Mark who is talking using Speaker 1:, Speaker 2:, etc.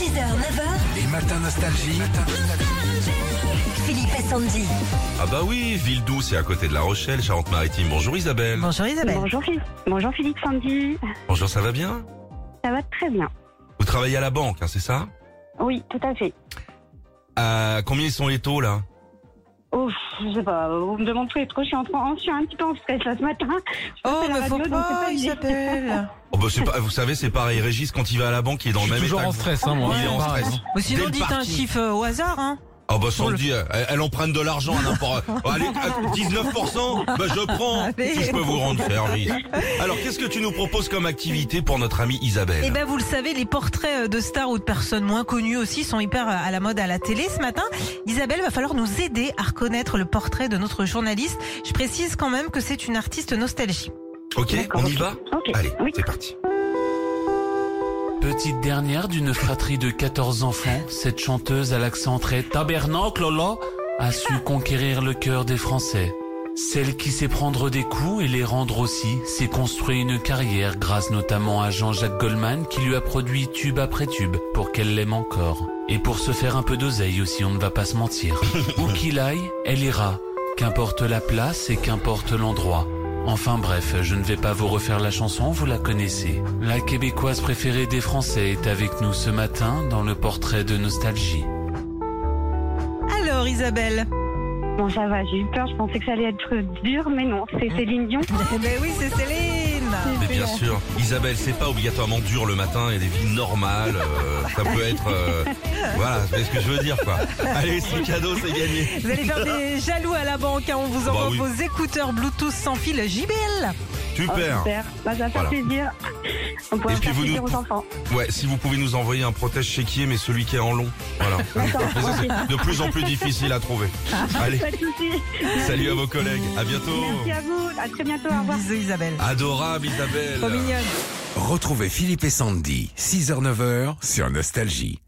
Speaker 1: 6h, 9h,
Speaker 2: Les matins nostalgie.
Speaker 1: Philippe et Sandy.
Speaker 3: Ah bah oui, Villedou, c'est à côté de La Rochelle, Charente-Maritime. Bonjour Isabelle.
Speaker 4: Bonjour Isabelle.
Speaker 5: Bonjour, Philippe. Bonjour Philippe Sandy,
Speaker 3: Bonjour, ça va bien
Speaker 5: ça va très bien.
Speaker 3: Vous travaillez à la banque, hein, c'est ça
Speaker 5: Oui, tout à fait.
Speaker 3: À combien ils sont les taux là
Speaker 5: Ouf, Oh, je sais pas, vous me demandez tous les trop, je suis, en, train- je suis un petit peu en stress là ce matin. Je passe
Speaker 4: Oh,
Speaker 5: à la
Speaker 4: mais
Speaker 5: radio,
Speaker 4: faut
Speaker 5: donc c'est
Speaker 4: pas,
Speaker 5: pas évident.
Speaker 4: Isabelle.
Speaker 3: oh bah, c'est pas, Vous savez, c'est pareil. Régis, quand il va à la banque, il est dans
Speaker 6: Je
Speaker 3: le
Speaker 6: suis
Speaker 3: même
Speaker 6: toujours
Speaker 3: état.
Speaker 6: en
Speaker 3: que vous.
Speaker 6: stress, hein, moi.
Speaker 3: Il est en
Speaker 6: Pareil.
Speaker 3: stress.
Speaker 4: Ou sinon,
Speaker 3: Dès le
Speaker 4: dites un
Speaker 3: parking.
Speaker 4: chiffre euh, au hasard, hein.
Speaker 3: Ah bah
Speaker 4: Pour le-
Speaker 3: Sandy, elle, elle emprunte de l'argent à n'importe. Oh, Allez, euh, 19%, bah je prends
Speaker 4: Allez.
Speaker 3: si je peux vous rendre service. Alors qu'est-ce que tu nous proposes comme activité pour notre amie Isabelle
Speaker 4: Eh ben, vous le savez, les portraits euh, de stars ou de personnes moins connues aussi sont hyper euh, à la mode à la télé ce matin. Isabelle va falloir nous aider à reconnaître le portrait de notre journaliste. Je précise quand même que c'est une artiste nostalgie.
Speaker 3: Ok,
Speaker 5: D'accord,
Speaker 3: on y
Speaker 5: ok.
Speaker 3: va
Speaker 5: Ok,
Speaker 3: Allez,
Speaker 5: oui.
Speaker 3: c'est parti.
Speaker 6: Petite dernière d'une fratrie de 14 enfants, cette chanteuse à l'accent très tabernacle là, a su conquérir le cœur des Français. Celle qui sait prendre des coups et les rendre aussi, s'est construit une carrière grâce notamment à Jean-Jacques Goldman qui lui a produit tube après tube pour qu'elle l'aime encore. Et pour se faire un peu d'oseille aussi, on ne va pas se mentir. Où qu'il aille, elle ira. Qu'importe la place et qu'importe l'endroit. Enfin bref, je ne vais pas vous refaire la chanson, vous la connaissez. La québécoise préférée des Français est avec nous ce matin dans le portrait de nostalgie.
Speaker 4: Alors, Isabelle.
Speaker 5: bon ça va, j'ai eu peur, je pensais que ça allait être dur, mais non, c'est
Speaker 3: Mmh.
Speaker 5: Céline Dion.
Speaker 4: Eh ben oui, c'est Céline.
Speaker 3: Mais bien sûr, Isabelle, c'est pas obligatoirement dur le matin, il y a des vies normales, euh, ça peut être... euh, voilà, vous voyez ce que je veux dire quoi. Allez, c'est cadeau, c'est gagné.
Speaker 4: Vous allez faire des jaloux à la banque. hein. On vous envoie
Speaker 3: Bah oui.
Speaker 4: vos écouteurs Bluetooth sans fil JBL.
Speaker 5: Oh,
Speaker 3: Super.
Speaker 5: super, bah, ça va faire
Speaker 3: Voilà.
Speaker 5: plaisir. On pourra
Speaker 3: Et puis
Speaker 5: faire
Speaker 3: vous
Speaker 5: plaisir
Speaker 3: nous-
Speaker 5: aux enfants.
Speaker 3: Ouais, si vous pouvez nous envoyer un protège chéquier, mais celui qui est en long. Voilà. Ça, c'est de plus en plus difficile à trouver. Allez,
Speaker 5: Pas de soucis.
Speaker 3: salut à vos collègues. À bientôt.
Speaker 5: Merci à vous, à très bientôt, au revoir.
Speaker 4: Bisous, Isabelle.
Speaker 3: Adorable Isabelle.
Speaker 4: Trop mignonne.
Speaker 2: Retrouvez Philippe et Sandy, 6h-9h sur Nostalgie.